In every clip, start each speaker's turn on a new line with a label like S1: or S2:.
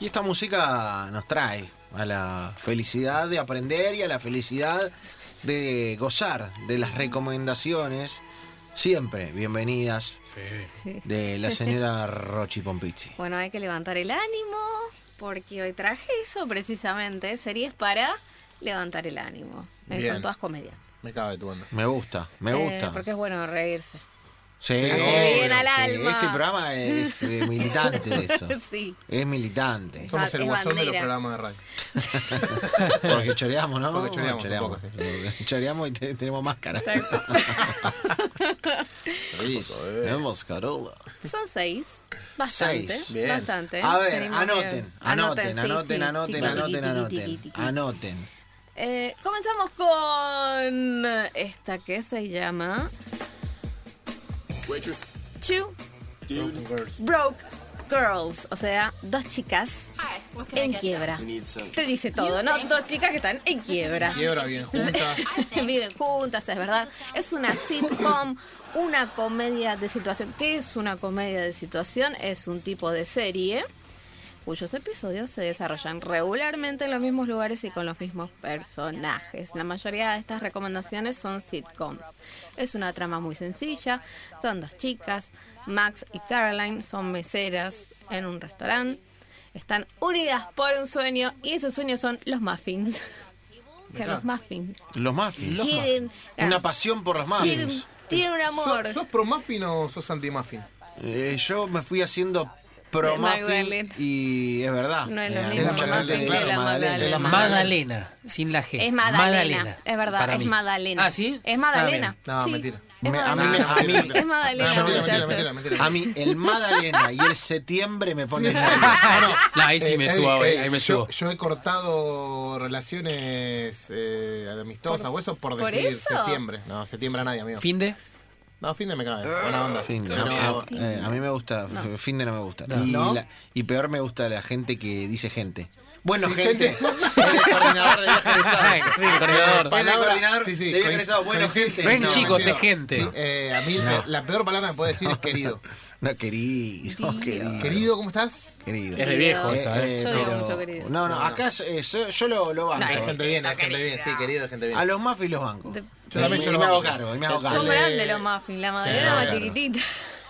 S1: Y esta música nos trae a la felicidad de aprender y a la felicidad de gozar de las recomendaciones, siempre bienvenidas,
S2: Sí.
S1: de la señora Rochi Pompizzi.
S2: Bueno, hay que levantar el ánimo, porque hoy traje eso precisamente, series para levantar el ánimo. Eh,
S3: Bien.
S2: Son todas comedias.
S3: Me cabe tu onda.
S1: Me gusta, me
S2: Eh,
S1: gusta.
S2: porque es bueno reírse.
S1: Sí,
S3: Hace
S1: obvio,
S2: bien al alma.
S1: Este programa es eh, militante de eso.
S2: sí.
S1: Es militante.
S3: Somos el
S2: es
S3: guasón de los
S2: bandera.
S3: programas de radio.
S1: Porque choreamos, ¿no?
S3: Porque choreamos un
S1: choreamos.
S3: poco,
S1: Choreamos y te- tenemos máscara.
S3: Rico, eh.
S1: tenemos carola.
S2: Son seis. Bastante.
S1: Seis.
S3: Bien.
S2: Bastante.
S1: A ver,
S2: ¿eh? Tenemos que-
S1: anoten, anoten,
S2: sí,
S1: anoten,
S2: sí.
S1: anoten,
S2: Tiqui, tiqui,
S1: anoten,
S2: tiqui,
S1: anoten.
S2: tiqui, tiqui.
S1: Anoten.
S2: Eh, comenzamos con esta que se llama Two Broke Girls, o sea, dos chicas en quiebra. Te dice todo, ¿no? Dos chicas que están en quiebra.
S3: Quiebra bien juntas.
S2: Viven juntas, es verdad. Es una sitcom, una comedia de situación. ¿Qué es una comedia de situación? Es un tipo de serie cuyos episodios se desarrollan regularmente en los mismos lugares y con los mismos personajes. La mayoría de estas recomendaciones son sitcoms. Es una trama muy sencilla, son dos chicas, Max y Caroline son meseras en un restaurante, están unidas por un sueño y ese sueño son los muffins. O sea,
S3: Mirá.
S2: los muffins.
S1: Los muffins.
S2: Quieren-
S1: Una pasión por los
S2: Tienen,
S1: muffins.
S2: tienen un amor.
S3: ¿Sos, ¿Sos pro muffin o sos anti muffin?
S1: Eh, yo me fui haciendo pro
S2: De
S1: muffin
S2: Magdalena.
S1: y es verdad.
S2: No es lo
S1: Eh,
S2: mismo
S3: la
S1: mucho
S3: Magdalena,
S1: gente le
S3: claro.
S1: dice
S3: La
S1: Magdalena.
S2: Magdalena.
S4: La
S2: Magdalena.
S4: Eh, Magdalena, sin la G.
S2: Es Madalena. Es verdad,
S4: para
S2: es
S4: mí.
S2: Madalena.
S4: ¿Ah, sí?
S2: Es Madalena.
S3: No,
S2: Sí.
S3: mentira.
S2: Es
S1: Me- a mí
S2: Madalena.
S1: me- a mí-
S2: Es Madalena,
S3: No, mentira, mentira,
S2: muchachos.
S3: mentira, mentira.
S1: A mí, el Magdalena y el septiembre me ponen nervioso.
S4: Ah, no. No, ahí sí
S3: Eh,
S4: me
S3: eh,
S4: subo, ahí,
S3: eh,
S4: ahí me
S3: yo,
S4: subo.
S3: Yo he cortado relaciones eh, amistosas o eso por
S2: ¿por
S3: decir
S2: eso?
S3: septiembre. No, septiembre a nadie, amigo.
S4: Fin de.
S3: No, fin de me cabe. Buena onda.
S1: Fin de,
S3: Pero-
S1: a, eh, a mí me gusta, fin de no me gusta. Y,
S3: ¿No?
S1: la- y peor me gusta la gente que dice gente. Bueno,
S3: Sí,
S1: gente.
S3: gente.
S1: El coordinador de Ah, viajes egresados.
S4: Ay, sí, coordinador.
S1: Pan de coordinador
S3: Sí, sí,
S1: de viajes
S3: coinc-
S1: egresados. Bueno,
S3: coincido.
S1: gente.
S4: Ven,
S1: No,
S4: chicos,
S1: coincido.
S4: es gente.
S3: Sí, eh, a mí la, la peor palabra que puedo decir es querido.
S1: No, querido, querido.
S3: Querido, ¿cómo estás?
S1: Querido.
S4: Es de viejo esa, ¿eh?
S1: Eh, eh,
S2: Yo digo
S1: pero-
S2: mucho querido.
S1: No, no, acá es- es- yo lo, lo banco.
S3: Hay gente bien, hay gente bien. Sí, querido, hay gente bien.
S1: a los mafis los bancos.
S2: De-
S3: Yo también,
S1: y,
S3: yo
S1: y
S3: los
S1: me hago
S3: banco.
S1: cargo, y me hago
S3: Son
S2: Son
S1: cargo.
S3: Dale.
S2: grandes los muffins. La Madalena
S3: Sí,
S2: más
S3: claro.
S2: chiquitita.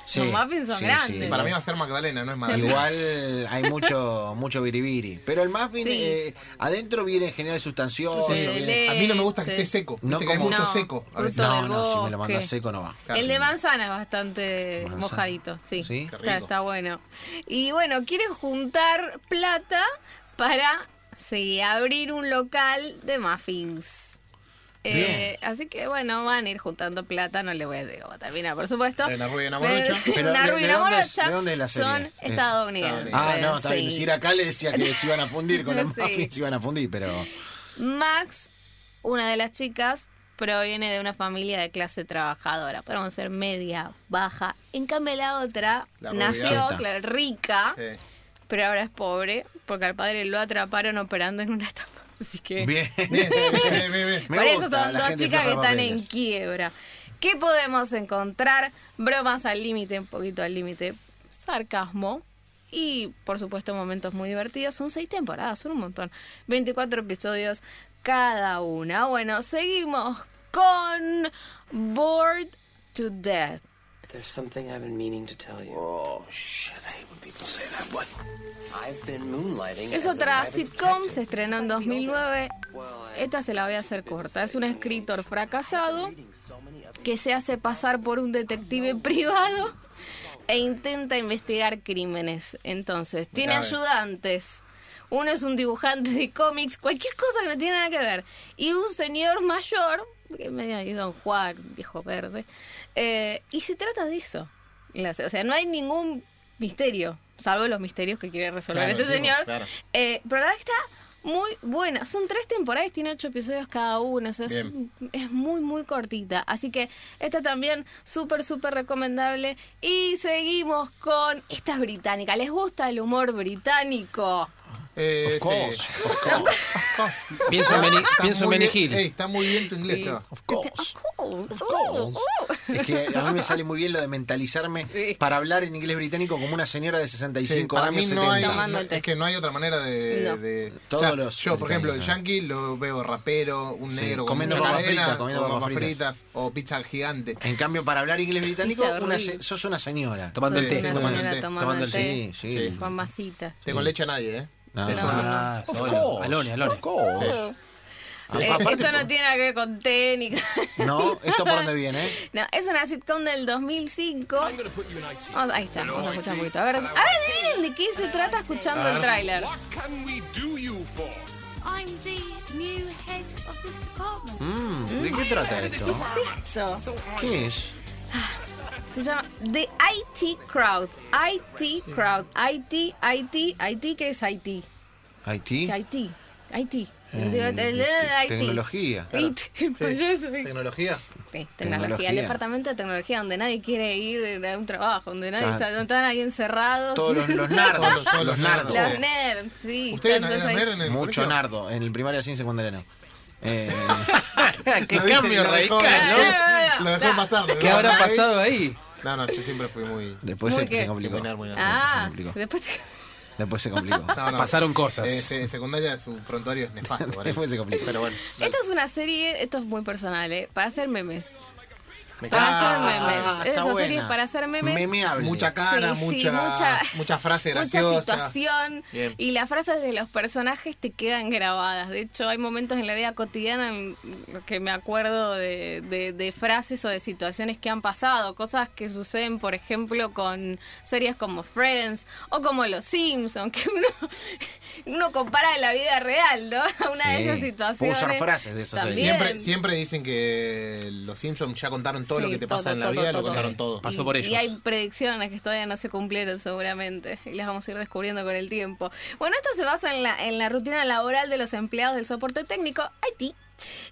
S1: Sí,
S2: los muffins son
S1: sí, sí.
S2: grandes.
S3: Para mí va a ser Magdalena, no es Magdalena.
S1: Igual hay mucho mucho biribiri. Pero el muffin
S2: Sí.
S1: eh, adentro viene en general sustancioso.
S2: Sí,
S1: viene-
S2: le-
S3: A mí no me gusta que
S2: Sí.
S3: esté seco.
S1: No
S3: No que hay
S1: como-
S3: mucho
S2: No,
S3: seco. A veces.
S2: fruto
S1: No,
S2: del
S1: no, si me lo mandas
S2: bosque.
S1: seco no va.
S3: Casi.
S2: El de manzana es bastante
S1: Manzana.
S2: mojadito, sí.
S1: Sí.
S3: Qué
S2: Está,
S3: rico.
S2: está bueno. Y bueno, quieren juntar plata para sí, abrir un local de muffins. Eh, así que bueno, van a ir juntando plata, no le voy a decir cómo termina, por supuesto.
S3: Eh, la rubia y la morocha.
S1: Pero,
S2: una
S1: ¿de-
S2: rubia y
S1: de
S2: una
S1: dónde es-
S2: morocha
S1: de dónde es la serie?
S2: Son
S1: Es-
S2: estadounidenses.
S1: Ah, no, está bien.
S2: sí.
S1: Si era acá le decía que se iban a fundir con los
S2: Sí.
S1: muffins, se iban a fundir, pero.
S2: Max, una de las chicas, proviene de una familia de clase trabajadora. Podemos ser media, baja. En cambio, la otra
S3: La rubia.
S2: nació
S1: Chota.
S2: claro, rica,
S3: Sí.
S2: pero ahora es pobre porque al padre lo atraparon operando en una estafa. Así que.
S1: Bien.
S3: Bien, bien, bien, bien.
S1: Me
S2: Por eso
S1: gusta
S2: son
S1: la
S2: dos
S1: gente
S2: chicas que
S1: floja
S2: están
S1: papeles.
S2: en quiebra. ¿Qué podemos encontrar? Bromas al límite, un poquito al límite, sarcasmo y, por supuesto, momentos muy divertidos. Son seis temporadas, son un montón. 24 episodios cada una. Bueno, seguimos con Bored to Death.
S5: There's something I've been meaning to tell you. Oh, shit. I hate when people say that one. I've been moonlighting. as
S2: Es
S5: a
S2: otra
S5: private
S2: sitcom, se
S5: detective.
S2: estrenó en 2009. Esta se la voy a hacer corta. Es un escritor fracasado que se hace pasar por un detective privado e intenta investigar crímenes. Entonces, tiene
S3: Grave.
S2: ayudantes. Uno es un dibujante de cómics, cualquier cosa que no tiene nada que ver. Y un señor mayor, que medio ahí Don Juan, viejo verde. Eh, y se trata de eso. La- O sea, no hay ningún misterio, salvo los misterios que quiere resolver
S3: Claro,
S2: este
S3: el tipo,
S2: señor.
S3: claro.
S2: Eh, pero la verdad que está muy buena. Son tres temporadas, tiene ocho episodios cada uno. o sea, es,
S3: Bien.
S2: es muy, muy cortita. Así que esta también súper, súper recomendable. Y seguimos con esta es británica. ¿Les gusta el humor británico?
S3: Eh,
S1: Of course,
S3: sí.
S4: Pienso en Benny,
S3: Está
S4: pienso en
S3: muy
S4: Benny
S3: bien- Ey,
S4: Hill.
S3: está muy bien tu inglés, Seba.
S1: Of course.
S2: Oh,
S1: Of
S2: oh,
S1: course.
S2: oh.
S1: Es que a mí me sale muy bien lo de mentalizarme
S2: Sí.
S1: para hablar en inglés británico como una señora de
S3: Sí,
S1: 65
S3: para
S1: años.
S3: mí no hay,
S1: 70.
S2: Tomando
S3: no-
S2: el té.
S3: es que no hay otra manera de,
S2: No.
S3: de-
S1: Todos
S3: o sea,
S1: los
S3: yo por ejemplo el
S1: británicos.
S3: yankee lo veo rapero un
S1: Sí,
S3: negro
S1: comiendo
S3: con
S1: papas
S3: cadena,
S1: fritas, comiendo
S3: o
S1: papas
S3: fritas. o pizza gigante
S1: En cambio, para hablar inglés británico,
S2: Está
S1: una
S2: horrible.
S1: se- sos una señora.
S4: Tomando el
S2: Soy
S4: té.
S2: una
S3: tomando el
S2: señora
S3: té.
S1: Tomando
S2: Tomando el
S1: Sí,
S2: té.
S1: sí.
S3: Sí.
S2: Con masitas.
S3: te con leche a nadie eh
S1: No.
S3: Eso
S1: No.
S4: Ah,
S1: Of
S4: solo.
S1: course,
S4: Alone, alone.
S1: of course.
S3: Sí.
S1: Ah,
S2: Uh. Eh,
S1: aparte,
S2: esto no
S1: por-
S2: tiene nada que ver con té ni con-
S1: No, ¿esto por dónde viene? eh?
S2: No, es una sitcom del 2005. Vamos- ahí está, vamos a escuchar un poquito. A ver, a ver, adivinen de qué se trata escuchando el tráiler.
S6: I'm the new head of this department.
S2: Hmm?
S1: Mm, ¿De qué trata esto?
S2: Esto
S1: ¿Qué es?
S2: se llama The IT Crowd. IT Crowd. IT, IT, IT, ¿qué es IT?
S1: ¿Haití?
S2: ¿Qué IT? IT.
S1: Eh,
S2: Yo digo, el- el-
S1: te-
S2: IT.
S1: tecnología.
S2: IT, payaso.
S3: tecnología
S2: Sí, tecnología,
S1: Tecnología.
S2: el departamento de tecnología donde nadie quiere ir a un trabajo, donde nadie
S1: Claro.
S2: sabe, donde están ahí encerrados.
S1: Todos los, los nardos.
S3: Todos los- todos los
S1: nardos.
S3: nardos.
S2: Los nerds, sí.
S3: ustedes no
S2: tantos
S3: eran
S2: ahí.
S3: ver en el
S1: Mucho
S3: colegio?
S1: nardo. En el primaria sí, en secundaria no. Eh,
S4: Qué
S3: Lo dice-
S4: cambio
S3: lo dejó-
S4: radical,
S3: lo dejó pasar
S4: ¿no? ¿Qué
S3: ¿no?
S4: habrá
S3: Ahí-
S4: pasado ahí?
S3: no no yo siempre fui muy
S1: después
S2: Muy
S1: se,
S2: que-
S1: se complicó.
S3: Sí, muy nardo, muy nardo.
S2: Ah,
S1: Se complicó.
S2: después te-
S1: Después se complicó.
S3: No, no.
S4: Pasaron cosas.
S3: Eh, se- secundaria su prontuario es nefasto parece.
S1: Después se complicó.
S3: pero bueno
S2: Esta es una serie, esto es muy personal, ¿eh? Para hacer memes.
S3: me
S2: Para
S3: cago.
S2: hacer memes.
S1: Ah, está
S2: Esa serie
S1: buena.
S2: es para hacer memes.
S1: Memeable.
S3: mucha cara
S2: Sí, sí,
S3: mucha,
S2: mucha-
S3: mucha frase
S2: Mucha
S3: graciosa
S2: situación
S3: Bien.
S2: y las frases de los personajes te quedan grabadas. De hecho, hay momentos en la vida cotidiana en que me acuerdo de, de- de frases o de situaciones que han pasado, cosas que suceden, por ejemplo, con series como Friends o como Los Simpsons, que uno, uno compara la vida real, ¿no? A Una de
S1: Sí.
S2: esas
S1: Puedo
S2: situaciones.
S1: usar frases de esas series.
S2: También.
S3: Siempre, siempre dicen que los Simpsons ya contaron todo
S2: Sí,
S3: lo que te pasa
S2: todo,
S3: en la
S2: todo,
S3: vida,
S2: todo,
S3: lo contaron
S2: todo.
S3: todo.
S4: Pasó por
S2: y,
S4: ellos.
S2: Y hay predicciones que todavía no se cumplieron seguramente y las vamos a ir descubriendo con el tiempo. Bueno, esto se basa en la, en la rutina laboral de los empleados del soporte técnico IT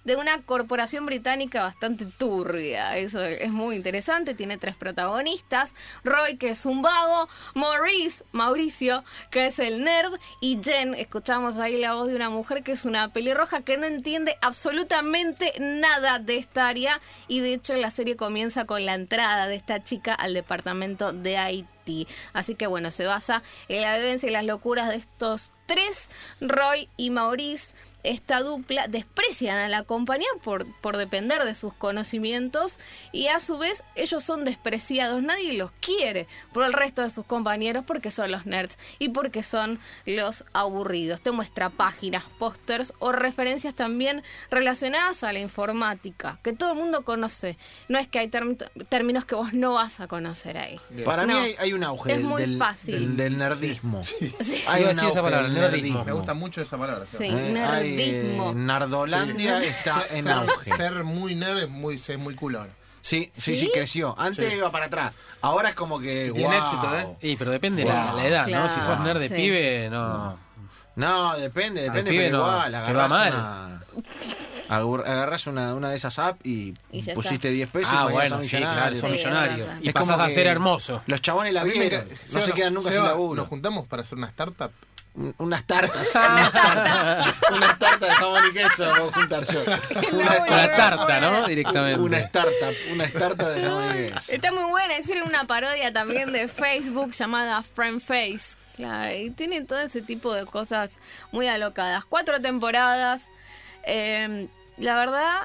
S2: de una corporación británica bastante turbia. Eso es muy interesante. Tiene tres protagonistas. Roy, que es un vago. Maurice, Mauricio, que es el nerd. Y Jen, escuchamos ahí la voz de una mujer que es una pelirroja que no entiende absolutamente nada de esta área. Y de hecho la serie comienza con la entrada de esta chica al departamento de Haití. Así que bueno, se basa en la vivencia y las locuras de estos tres, Roy y Maurice. Esta dupla desprecian a la compañía por, por depender de sus conocimientos y a su vez ellos son despreciados, nadie los quiere por el resto de sus compañeros porque son los nerds y porque son los aburridos. Te muestra páginas, pósters o referencias también relacionadas a la informática que todo el mundo conoce. No es que hay term- términos que vos no vas a conocer ahí.
S1: Para mí
S2: No.
S1: hay, hay un auge
S2: Es
S1: del,
S2: muy
S1: del-
S2: fácil.
S1: del- del nerdismo.
S2: Sí.
S1: Hay un
S4: Iba a decir esa
S1: auge
S4: palabra,
S1: del
S4: nerdismo.
S1: nerdismo.
S3: Me gusta mucho esa palabra. Seba.
S2: Sí,
S1: Eh, hay, eh,
S2: nerdismo.
S1: Narddolandia está
S3: Ser-
S1: en
S3: ser,
S1: auge.
S3: ser muy nerd es muy, es muy cool ahora.
S1: Sí, sí, sí, creció. Antes iba para atrás. Ahora es como que.
S3: Y
S1: wow.
S3: tiene éxito, ¿eh?
S4: Sí, pero depende la, la edad, ¿no? Si sos
S2: Claro,
S4: nerd de
S2: sí.
S4: pibe, no.
S1: No, depende, depende,
S4: pibe
S1: pero
S4: no,
S1: igual.
S4: te va
S1: Agarrás
S4: mal.
S1: Una, agur- agarrás una, una de esas apps y,
S2: Y ya
S1: pusiste 10 pesos y
S4: Ah,
S1: mañana
S4: bueno,
S1: sos
S4: sí,
S1: millonario.
S4: claro, sos
S2: Sí,
S4: millonario.
S2: es
S4: Y
S1: Es
S4: pasas
S1: como
S4: a
S1: que
S4: ser hermoso.
S1: Los chabones la
S3: A mí me
S1: vieron.
S3: ca-
S1: No
S3: Seba,
S1: se
S3: nos-
S1: quedan nunca sin
S3: Seba,
S1: laburo.
S3: Nos juntamos para hacer una startup.
S1: Un- Unas tartas. Unas tartas de jamón y queso vamos a juntar yo. Una,
S2: Bueno,
S4: Para
S2: bueno,
S4: tarta,
S2: bueno.
S4: ¿no? Directamente.
S1: una startup, una startup de jamón y queso.
S2: Está muy buena, hicieron una parodia también de Facebook llamada Friend Face. Claro, y tiene todo ese tipo de cosas muy alocadas. Cuatro temporadas. eh, la verdad,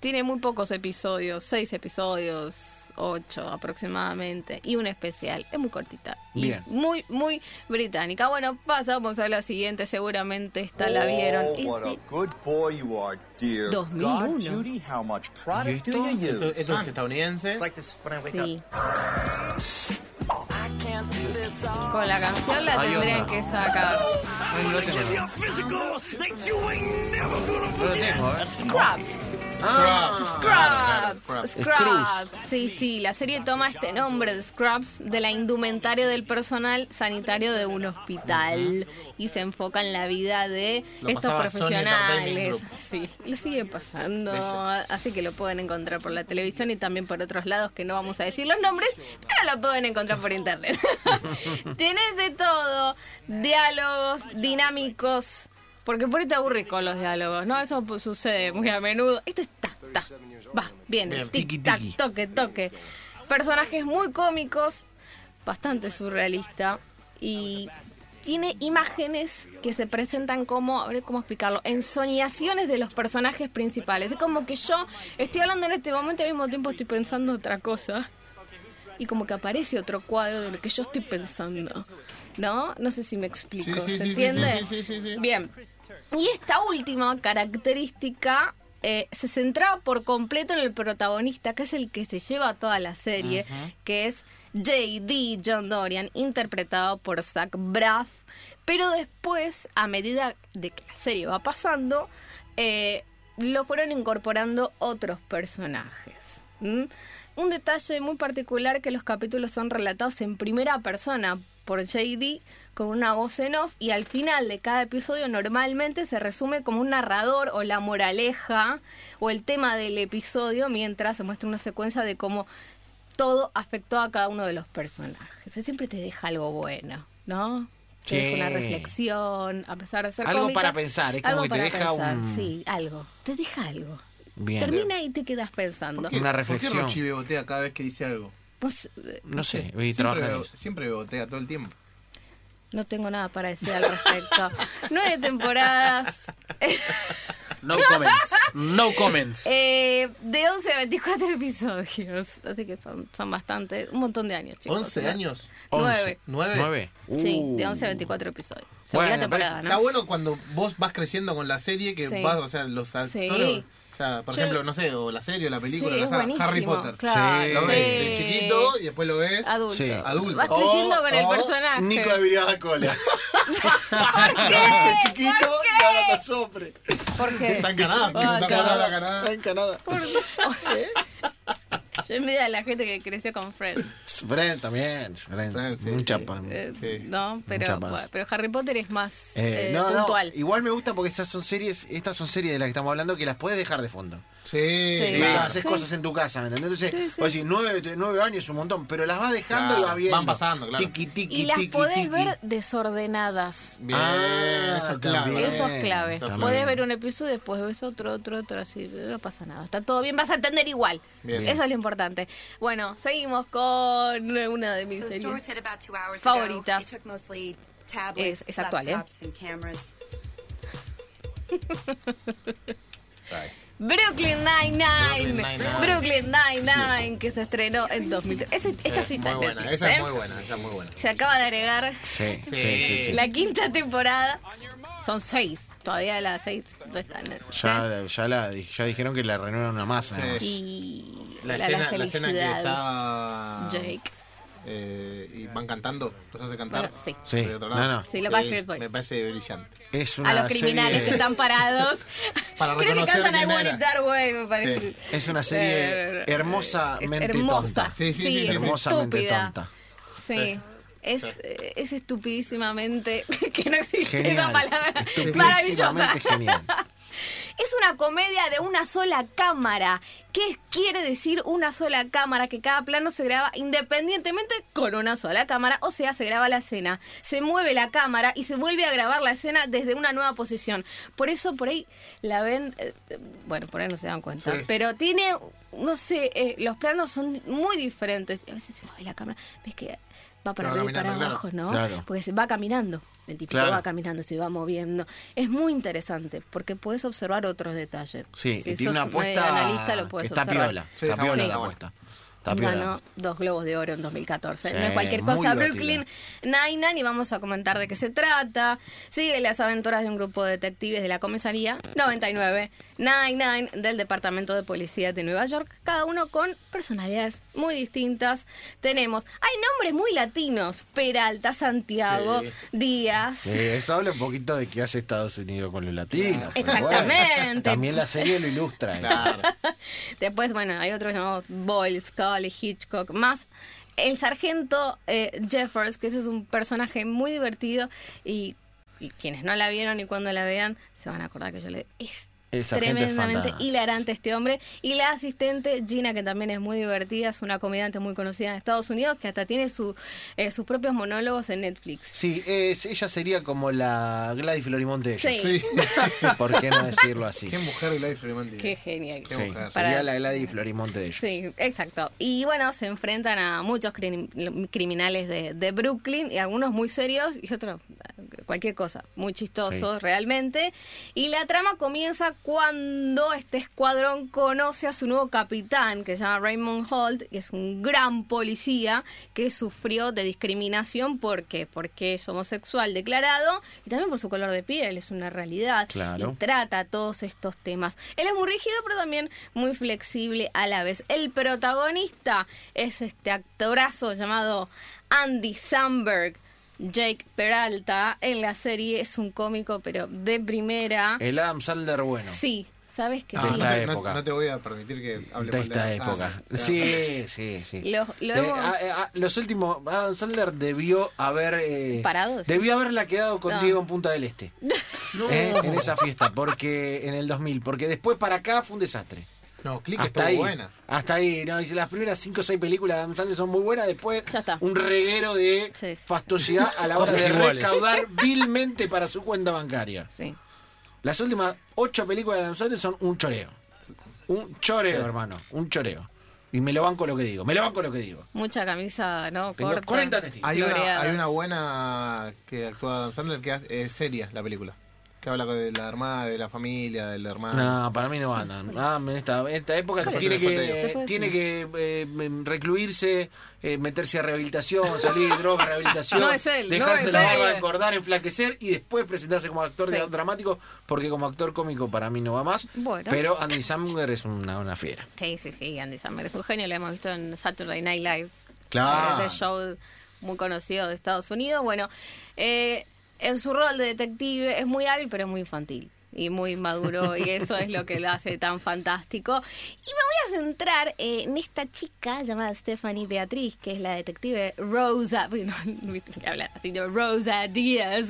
S2: tiene muy pocos episodios, seis episodios, ocho aproximadamente, y un especial. Es muy cortita. y
S1: Bien.
S2: muy, muy británica. Bueno, pasamos a la siguiente, seguramente esta la vieron.
S7: Oh,
S2: Es
S7: what
S2: de
S7: a good boy you are, dear.
S2: 2001.
S7: God, Judy, how much product do you use?
S3: Esto, esto es estadounidense.
S7: It's like this when I wake
S2: Sí. Con la canción la
S1: Hay
S2: tendrían
S1: onda.
S2: que sacar.
S1: No lo tengo, ¿eh?
S2: Scrubs.
S3: Scrubs.
S2: Scrubs. Scrubs.
S3: Scrubs.
S2: Scrubs. Sí, sí, la serie toma este nombre de Scrubs de la indumentaria del personal sanitario de un hospital y se enfoca en la vida de
S3: Lo
S2: estos
S3: pasaba Sony Entertainment
S2: profesionales. Sí,
S3: Group.
S2: lo sigue pasando, así que lo pueden encontrar por la televisión y también por otros lados que no vamos a decir los nombres, pero lo pueden encontrar por internet. Tenés de todo, diálogos dinámicos, porque por ahí te aburres con los diálogos, ¿no? Eso pues, sucede muy a menudo. Esto es ta, ta, va, viene,
S3: Bien,
S2: tic, tac, toque, toque. Personajes muy cómicos, bastante surrealista y tiene imágenes que se presentan como, a ver cómo explicarlo, ensoñaciones de los personajes principales. Es como que yo estoy hablando en este momento y al mismo tiempo estoy pensando otra cosa y como que aparece otro cuadro de lo que yo estoy pensando. ¿No? No sé si me explico.
S3: Sí, sí,
S2: ¿Se
S3: sí, sí,
S2: entiende?
S3: sí, sí, sí, sí.
S2: Bien. Y esta última característica eh, se centraba por completo en el protagonista, que es el que se lleva toda la serie, que es J.D. John Dorian, interpretado por Zach Braff. Pero después, a medida de que la serie va pasando, eh, lo fueron incorporando otros personajes. ¿Mm? Un detalle muy particular que los capítulos son relatados en primera persona por JD con una voz en off y al final de cada episodio normalmente se resume como un narrador o la moraleja o el tema del episodio mientras se muestra una secuencia de cómo todo afectó a cada uno de los personajes. Eso siempre te deja algo bueno, ¿no? Te
S1: Sí.
S2: deja una reflexión, a pesar de ser
S1: Algo
S2: cómica,
S1: para pensar, es como
S2: algo
S1: que te
S2: para
S1: deja
S2: pensar,
S1: un-
S2: Sí, algo. Te deja algo.
S1: Bien.
S2: Termina y te quedas pensando.
S1: Una
S3: ¿Por qué
S1: reflexión.
S3: Rochi bebotea cada vez que dice algo?
S2: Pues, eh,
S1: No sé, y
S3: siempre,
S1: trabaja en
S3: bebo-
S1: eso.
S3: siempre bebotea todo el tiempo.
S2: no tengo nada para decir al respecto. Nueve temporadas.
S4: No comments. No comments.
S2: eh, de 11 a 24 episodios. Así que son, son bastantes. Un montón de años, chicos.
S3: ¿11
S2: ¿no?
S3: años?
S2: Nueve.
S3: ¿Nueve?
S1: Nueve.
S2: Sí,
S1: Uh.
S2: de 11 a 24 episodios.
S1: Bueno,
S2: Segunda
S1: me parece-
S2: temporada,
S3: Está
S2: ¿no?
S3: bueno cuando vos vas creciendo con la serie, que
S2: Sí.
S3: vas, o sea, los actores. O sea, por
S2: Yo-
S3: ejemplo, no sé, o la serie, o la película,
S2: sí,
S3: la
S2: es
S3: saga,
S2: buenísimo.
S3: Harry Potter.
S2: Claro,
S3: Lo
S2: sí.
S3: ves de chiquito y después lo ves
S2: Adulto.
S1: Sí.
S3: Adulto.
S2: Vas creciendo
S3: O-
S2: con el
S3: o
S2: personaje.
S1: Nico de Viracola.
S2: ¿Por qué?
S1: Chiquito
S2: ¿Por
S1: y ahora la
S2: qué?
S1: sopre.
S2: ¿Por qué?
S3: Está en Canadá,
S2: Ah,
S3: está en
S2: claro.
S3: Canadá, Canadá.
S1: Está en Canadá.
S2: Yo envidio a la gente que creció con Friends.
S1: Friends también. Friends.
S3: Friends, sí,
S1: Mucha
S3: sí.
S1: pan.
S2: eh,
S3: Sí.
S2: no, pero,
S1: Mucha paz.
S2: bueno, pero Harry Potter es más
S1: Eh,
S2: eh,
S1: no, no,
S2: puntual.
S1: Igual me gusta porque estas son series, estas son series de las que estamos hablando que las puedes dejar de fondo.
S3: Sí,
S2: Sí.
S1: Mientras
S3: claro.
S1: haces
S2: Sí.
S1: cosas en tu casa, ¿me entendés? Entonces,
S2: Sí, sí.
S1: vos decís, nueve, nueve años es un montón, pero las vas dejando
S3: Claro,
S1: y vas viendo.
S3: van pasando, claro.
S1: Tiki, tiki,
S2: Y las
S1: tiki,
S2: podés
S1: tiki.
S2: ver desordenadas.
S3: Bien,
S1: Ah,
S3: eso es clave.
S1: también.
S2: Eso es clave.
S3: Está
S2: Podés
S1: bien.
S2: ver un episodio, después ves otro, otro, otro, así. No pasa nada. Está todo bien, vas a entender igual.
S3: Bien.
S2: Eso es lo importante. Bueno, seguimos con una de mis
S8: So the
S2: series.
S8: stores hit about two hours ago.
S2: Favoritas.
S8: He took mostly
S2: Es-
S8: tablets,
S2: es actual, ¿eh?
S8: laptops, and cameras.
S2: Brooklyn Nine-Nine.
S3: Nine-Nine.
S2: Brooklyn Nine-Nine, que se estrenó en 2003. Ese- Esta sí está
S3: Muy
S2: en
S3: buena,
S2: Netflix,
S3: esa
S2: ¿eh?
S3: es muy buena, esa es muy buena.
S2: Se acaba de agregar
S1: Sí, sí, sí. sí.
S2: la quinta temporada. Son seis. Todavía las seis no están. en Netflix, ¿eh?
S1: Ya, ya, la, ya dijeron que la renuevan una masa.
S3: Sí.
S1: ¿no?
S2: Y la,
S3: La
S2: la
S3: escena, la escena que
S2: felicidad.
S3: está
S2: Jake.
S3: eh, y van cantando, los hace cantar.
S2: Bueno, sí.
S1: Sí,
S3: Por otro lado.
S1: no, no.
S2: Sí, los Backstreet Boys.
S3: Me parece brillante.
S1: Es una
S2: a los criminales
S1: serie-
S2: que están parados.
S3: Para
S2: Creo que
S3: reconocer
S2: cantan I
S3: quién
S2: Want
S3: era.
S2: It That Way, me parece.
S3: Sí.
S1: Es una serie
S2: Eh,
S1: hermosamente
S2: es hermosa.
S1: tonta.
S2: Sí,
S3: Sí, sí, sí, sí,
S2: es
S3: sí.
S1: Hermosamente
S2: estúpida.
S1: tonta.
S2: Sí.
S3: Sí.
S2: Es, eh, es estupidísimamente que no existe esa
S1: Genial.
S2: palabra maravillosa.
S1: Estupidísimamente genial.
S2: Es una comedia de una sola cámara. ¿Qué quiere decir una sola cámara? Que cada plano se graba independientemente con una sola cámara, o sea, se graba la escena, se mueve la cámara y se vuelve a grabar la escena desde una nueva posición. Por eso por ahí la ven, eh, eh, bueno, por ahí no se dan cuenta,
S3: Sí.
S2: pero tiene, no sé, eh, los planos son muy diferentes. A veces se mueve la cámara, ves que va para
S3: Va
S2: arriba y para
S3: caminando,
S2: abajo, ¿no?
S1: Claro.
S2: Porque se va caminando. El tipo
S1: Claro.
S2: va caminando, se va moviendo. Es muy interesante porque puedes observar otros detalles.
S1: Sí,
S2: Si
S1: y tiene
S2: sos
S1: una
S2: medio
S1: apuesta
S2: analista, lo
S1: que
S2: puedes
S1: está
S2: observar.
S1: piola.
S3: Sí,
S1: está
S3: está
S1: piola
S3: buena,
S1: la
S3: está
S1: apuesta. Está piola.
S2: ganó dos globos de oro en 2014.
S1: Sí,
S2: no es cualquier
S1: muy
S2: cosa.
S1: divertida.
S2: Brooklyn Nine-Nine, y vamos a comentar de qué se trata. Sigue las aventuras de un grupo de detectives de la comisaría 99 Nine-Nine del Departamento de Policía de Nueva York, cada uno con personalidades muy distintas. Tenemos, hay nombres muy latinos: Peralta, Santiago, Díaz.
S1: Sí, eso habla un poquito de qué hace Estados Unidos con los latinos. pero bueno,
S2: Exactamente.
S1: también la serie lo ilustra. eso.
S3: Claro.
S2: Después, bueno, hay otros llamados Boyle, Scully, Hitchcock, más el sargento eh, Jeffers, que ese es un personaje muy divertido y, y quienes no la vieron y cuando la vean se van a acordar que yo le... Es
S1: El sargento es
S2: tremendamente
S1: fantástico.
S2: hilarante este hombre. Y la asistente Gina, que también es muy divertida, es una comediante muy conocida en Estados Unidos, que hasta tiene su, eh, sus propios monólogos en Netflix.
S1: Sí, es- ella sería como la Gladys Florimonte. de ellos.
S2: Sí.
S3: Sí.
S1: ¿Por qué no decirlo así?
S3: Qué mujer y Life Fremantle.
S2: Qué genial.
S3: Qué
S1: Sí,
S3: mujer.
S1: sería
S2: Para-
S1: la Gladys Florimonte de ellos.
S2: Sí, exacto. Y bueno, se enfrentan a muchos crim- criminales de, de Brooklyn, y algunos muy serios y otros eh, cualquier cosa, muy chistosos realmente. Y la trama comienza cuando este escuadrón conoce a su nuevo capitán, que se llama Raymond Holt, y es un gran policía que sufrió de discriminación porque porque es homosexual declarado y también por su color de piel, es una realidad.
S1: Claro.
S2: Y trata todos estos temas. Él es muy rígido, pero también muy flexible a la vez. El protagonista es este actorazo llamado Andy Samberg. Jake Peralta en la serie es un cómico, pero de primera.
S3: Eh,
S1: El Adam Sandler bueno.
S2: Sí, sabes que
S3: Ah, No,
S2: sí.
S3: no,
S1: esta
S3: te, no-
S1: época.
S3: no te voy a permitir que hable
S1: de
S3: mal
S1: esta
S3: Adam
S1: época.
S3: Sandler. Claro.
S1: Sí, sí, sí.
S2: Lo- lo
S1: Eh,
S2: hemos-
S1: a- a- los últimos, Adam Sandler debió haber... eh,
S2: Parado, sí.
S1: Debió haberla quedado con
S2: No.
S1: Diego en Punta del Este. Eh, en esa fiesta, porque en el 2000. Porque después para acá fue un desastre.
S3: No, Click
S1: Hasta
S3: estuvo
S1: ahí,
S3: buena.
S1: hasta ahí, no, dice, las primeras 5 o 6 películas de Adam Sandler son muy buenas, después
S2: Ya está.
S1: un reguero de
S2: Sí, sí.
S1: fastuosidad a la hora
S4: Cosas
S1: de
S4: iguales.
S1: recaudar vilmente para su cuenta bancaria.
S2: Sí.
S1: Las últimas ocho películas de Adam Sandler son un choreo. Un choreo, hermano. Un choreo. Y me lo banco lo que digo. Me lo banco lo que digo.
S2: Mucha camisa, ¿no?
S1: Tengo
S2: Corta.
S1: 40 testigos.
S3: Hay una,
S2: Floreada.
S3: hay una buena que actúa Adam Sandler que hace- es seria la película. Que habla de la hermana, de la familia, del hermano.
S1: No, para mí no andan. Ah, en esta, en esta época
S2: ¿Cuál
S3: es?
S1: tiene
S3: Después te
S1: que,
S3: digo.
S2: Después
S1: tiene que eh, recluirse, eh, meterse a rehabilitación, salir de droga, rehabilitación,
S2: No es él, no
S1: dejarse
S2: es
S1: la
S2: él.
S1: barba, engordar, enflaquecer y después presentarse como actor
S2: Sí.
S1: de- dramático, porque como actor cómico para mí no va más.
S2: Bueno.
S1: Pero Andy Samberg es una, una fiera.
S2: Sí, sí, sí, Andy Samberg es un genio, lo hemos visto en Saturday Night Live.
S1: Claro.
S2: Este show muy conocido de Estados Unidos. Bueno, eh, en su rol de detective es muy hábil, pero es muy infantil y muy maduro, y eso es lo que lo hace tan fantástico. Y me voy a centrar eh, en esta chica llamada Stephanie Beatriz, que es la detective Rosa, bueno, no voy a hablar así, no, Rosa Díaz.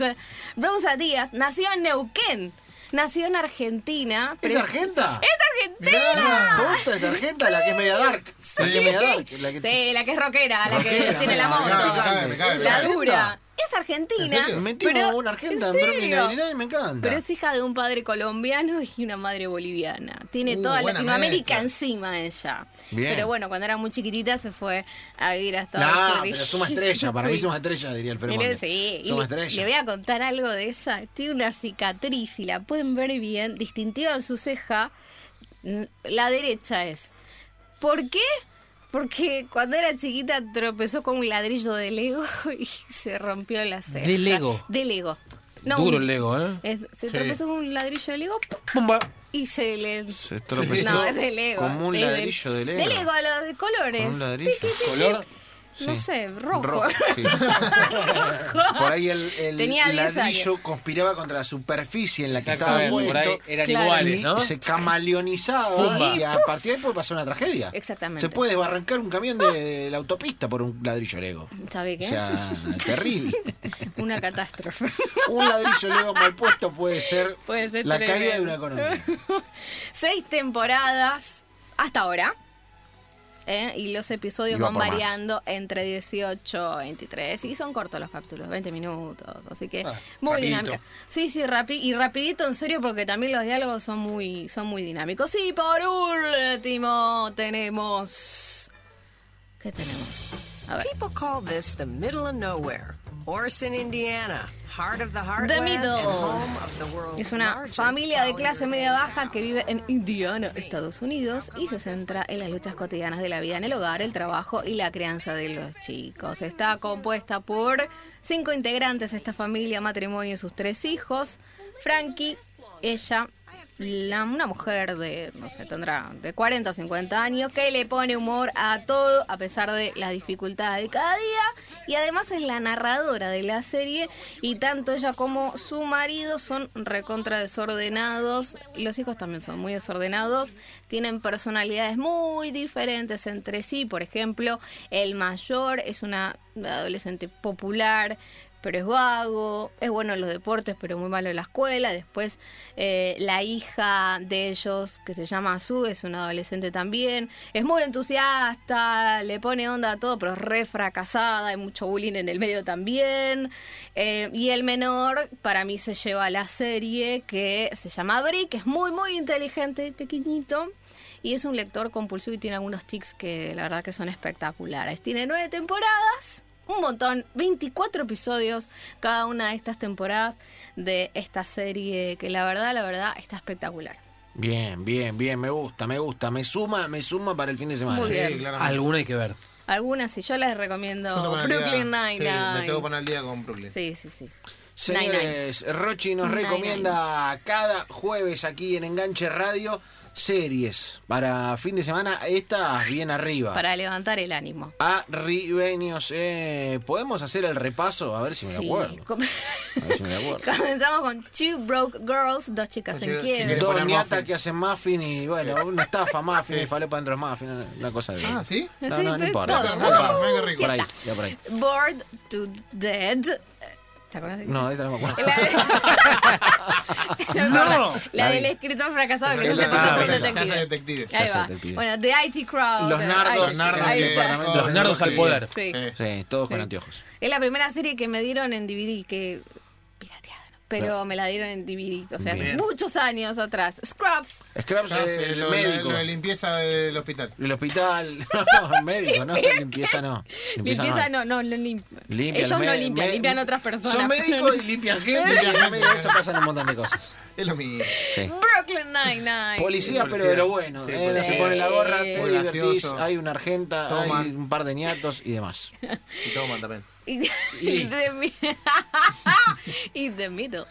S2: Rosa Díaz nació en Neuquén, nació en Argentina.
S1: ¿Es
S2: pero
S1: argenta?
S2: ¡Es argentina!
S1: Posta, es argenta, la que es media dark. La que es media dark. La que
S2: Sí, la que es rockera, la que
S1: Rockera,
S2: tiene la
S1: mira,
S2: moto.
S1: me cabe, me cabe, me
S2: la
S1: cabe.
S2: dura.
S1: ¿Argentina?
S2: Es argentina.
S1: Me metí
S2: pero-
S1: como una argenta en
S2: ¿en
S1: Brooklyn
S2: serio?
S1: Nine-Nine, me encanta.
S2: Pero es hija de un padre colombiano y una madre boliviana. Tiene
S3: Uh,
S2: toda
S3: buena
S2: Latinoamérica
S3: mezcla.
S2: encima ella.
S1: Bien.
S2: Pero bueno, cuando era muy chiquitita se fue a vivir a Estados
S1: No,
S2: Unidos.
S1: pero suma estrella, para mí
S2: Sí.
S1: suma estrella, diría el
S2: Pero
S1: Fermón.
S2: sí, y
S1: Suma
S2: le,
S1: estrella.
S2: le voy a contar algo de ella. Tiene una cicatriz, y la pueden ver bien, distintiva en su ceja. n- La derecha es. ¿Por qué? Porque cuando era chiquita tropezó con un ladrillo de Lego y se rompió la ceja.
S4: De Lego.
S2: De Lego.
S4: Duro
S2: un-
S4: el Lego, ¿eh?
S2: es- se
S4: Sí.
S2: tropezó con un ladrillo de Lego ¡pum!
S4: Bomba.
S2: y se le...
S1: Se tropezó
S2: No, es de Lego.
S1: como un
S2: es del-
S1: ladrillo de Lego.
S2: De Lego, lo de colores.
S1: Con un ladrillo.
S2: Piqui, piqui.
S4: Color.
S2: No
S1: Sí.
S2: sé, rojo.
S1: Rojo, sí.
S2: Rojo.
S1: Por ahí el, el
S2: Tenía 10
S1: ladrillo conspiraba contra la superficie en la que estaba
S4: Exactamente, por ahí
S1: puesto.
S4: eran
S2: Claro.
S4: iguales,
S1: Y
S4: ¿no?
S1: se camaleonizaba
S4: Zumba.
S1: y a partir de ahí puede pasar una tragedia.
S2: Exactamente.
S1: Se puede desbarrancar un camión de, de la autopista por un ladrillo Lego.
S2: ¿Sabe
S1: O
S2: qué?
S1: sea, terrible.
S2: Una catástrofe.
S1: un ladrillo Lego mal puesto puede ser,
S2: Puede ser
S1: la
S2: tremendo.
S1: caída de una economía.
S2: Seis temporadas hasta ahora. ¿eh? Y los episodios
S1: Iba
S2: van
S1: por más.
S2: variando entre 18 23. Y son cortos los capítulos, 20 minutos. Así que
S1: Ah,
S2: muy
S4: rapidito.
S2: dinámica. Sí, sí, rapi y rapidito en serio porque también los diálogos son muy, son muy dinámicos. Y por último tenemos... ¿Qué tenemos? A ver.
S9: People call this the middle of nowhere. Orson, Indiana, heart of the heartland
S2: The
S9: and
S2: middle.
S9: home of the world's
S2: Es una
S9: largest
S2: familia de
S9: colony
S2: clase
S9: of
S2: media baja que
S9: mankind.
S2: vive en Indiana, Estados Unidos, y se centra en las luchas cotidianas de la vida en el hogar, el trabajo y la crianza de los chicos. Está compuesta por cinco integrantes de esta familia, matrimonio y sus tres hijos. Frankie, ella, la- una mujer de, no sé, tendrá de 40 a 50 años, que le pone humor a todo a pesar de las dificultades de cada día. Y además es la narradora de la serie y tanto ella como su marido son recontra desordenados. Los hijos también son muy desordenados. Tienen personalidades muy diferentes entre sí. Por ejemplo, el mayor es una adolescente popular, pero es vago, es bueno en los deportes, pero muy malo en la escuela. Después eh, la hija de ellos, que se llama Azú, es una adolescente también, es muy entusiasta, Ah, le pone onda a todo, pero es re fracasada, hay mucho bullying en el medio también. Eh, y el menor, para mí, se lleva a la serie que se llama Brick, que es muy, muy inteligente, pequeñito. Y es un lector compulsivo y tiene algunos tics que la verdad que son espectaculares. Tiene nueve temporadas, un montón, 24 episodios cada una de estas temporadas de esta serie que la verdad, la verdad está espectacular.
S1: Bien, bien, bien, me gusta, me gusta, me suma, me suma para el fin de semana.
S2: Muy bien.
S3: claramente.
S4: Alguna hay que ver.
S2: Algunas sí, yo les
S3: Me tengo
S2: recomiendo
S3: que poner al
S2: Brooklyn
S3: día. Sí, me tengo que
S2: Nine-Nine.
S3: poner al día con Brooklyn.
S2: Sí, sí, sí. Nine-Nine.
S1: Señores, Rochi nos
S2: Nine,
S1: recomienda cada jueves aquí en Enganche Radio series para fin de semana. Estas bien arriba.
S2: Para levantar el ánimo.
S1: Arribeños, eh, ¿podemos hacer el repaso? A ver si me
S2: Sí.
S1: acuerdo.
S2: Com-
S1: A ver si me acuerdo.
S2: Comenzamos con Two Broke Girls, dos chicas en
S3: Oye,
S2: quiebra.
S3: ¿quieres
S1: Dos
S3: poner
S1: ñatas
S3: muffins?
S1: que hacen muffin y bueno, una estafa muffin y falopa dentro de muffin, una- una cosa de...
S3: Ah, ¿sí?
S1: No,
S2: Sí,
S1: no, no
S2: pues,
S1: importa.
S2: todo.
S1: No importa.
S3: Mira qué rico.
S1: Por ahí, ya por ahí.
S2: Bored to Dead. ¿Te acuerdas de
S1: No, esta no me acuerdo.
S2: La, de-
S4: No.
S2: La
S1: La
S2: del
S1: vi.
S2: escritor fracasado que no
S3: Es la
S2: se
S3: que
S2: puso a ser
S3: se hace- se hace
S2: detective.
S3: detective.
S1: Se
S2: Ahí
S1: hace
S2: va.
S1: detective.
S2: Bueno, The IT Crowd.
S1: Los
S2: Ay,
S1: nardos.
S2: sí,
S3: nardos
S2: ahí
S3: del
S2: está.
S3: departamento.
S4: Los nardos al poder.
S2: Sí.
S1: Sí, todos
S2: eh.
S1: con anteojos.
S2: Es la primera serie que me dieron en DVD, que pirateada, ¿no? pero me la dieron en DVD, o sea, hace
S1: Bien.
S2: muchos años atrás. Scrubs.
S1: Scraps,
S3: Ah,
S1: eh,
S3: sí,
S1: el
S3: lo-
S1: médico.
S3: lo de limpieza del hospital.
S1: El hospital. No, el médico, no. Limpieza no.
S2: Limpieza, no, no, no lim-
S1: Limpia
S2: Ellos
S1: los
S2: no
S1: mé-
S2: limpian,
S1: mé-
S2: limpian otras personas.
S1: Son médicos y limpian gente. limpian gente, Eso pasan un montón de cosas.
S3: Es lo mismo.
S1: Sí.
S2: Brooklyn Nine-Nine.
S1: Policía, pero de lo bueno.
S3: Sí,
S1: eh, no se
S2: policía.
S1: pone la gorra,
S2: Eh.
S1: te
S3: Muy
S1: divertís,
S3: gracioso.
S1: hay una argenta,
S3: Toman.
S1: hay un par de ñatos y demás.
S3: Y toman también.
S2: Y, y de mi- y de middle.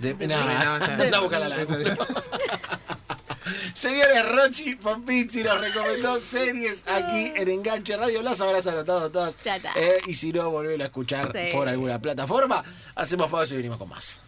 S1: De,
S3: No,
S1: nah,
S3: está-
S1: anda a buscarla la- Señores, Rochi Pompizzi nos recomendó series aquí en Enganche Radio. Las habrás anotado todas.
S2: Ah. Ya está.
S1: Eh, y si no, volver a escuchar
S2: Sí.
S1: por alguna plataforma. Hacemos pausa y venimos con más.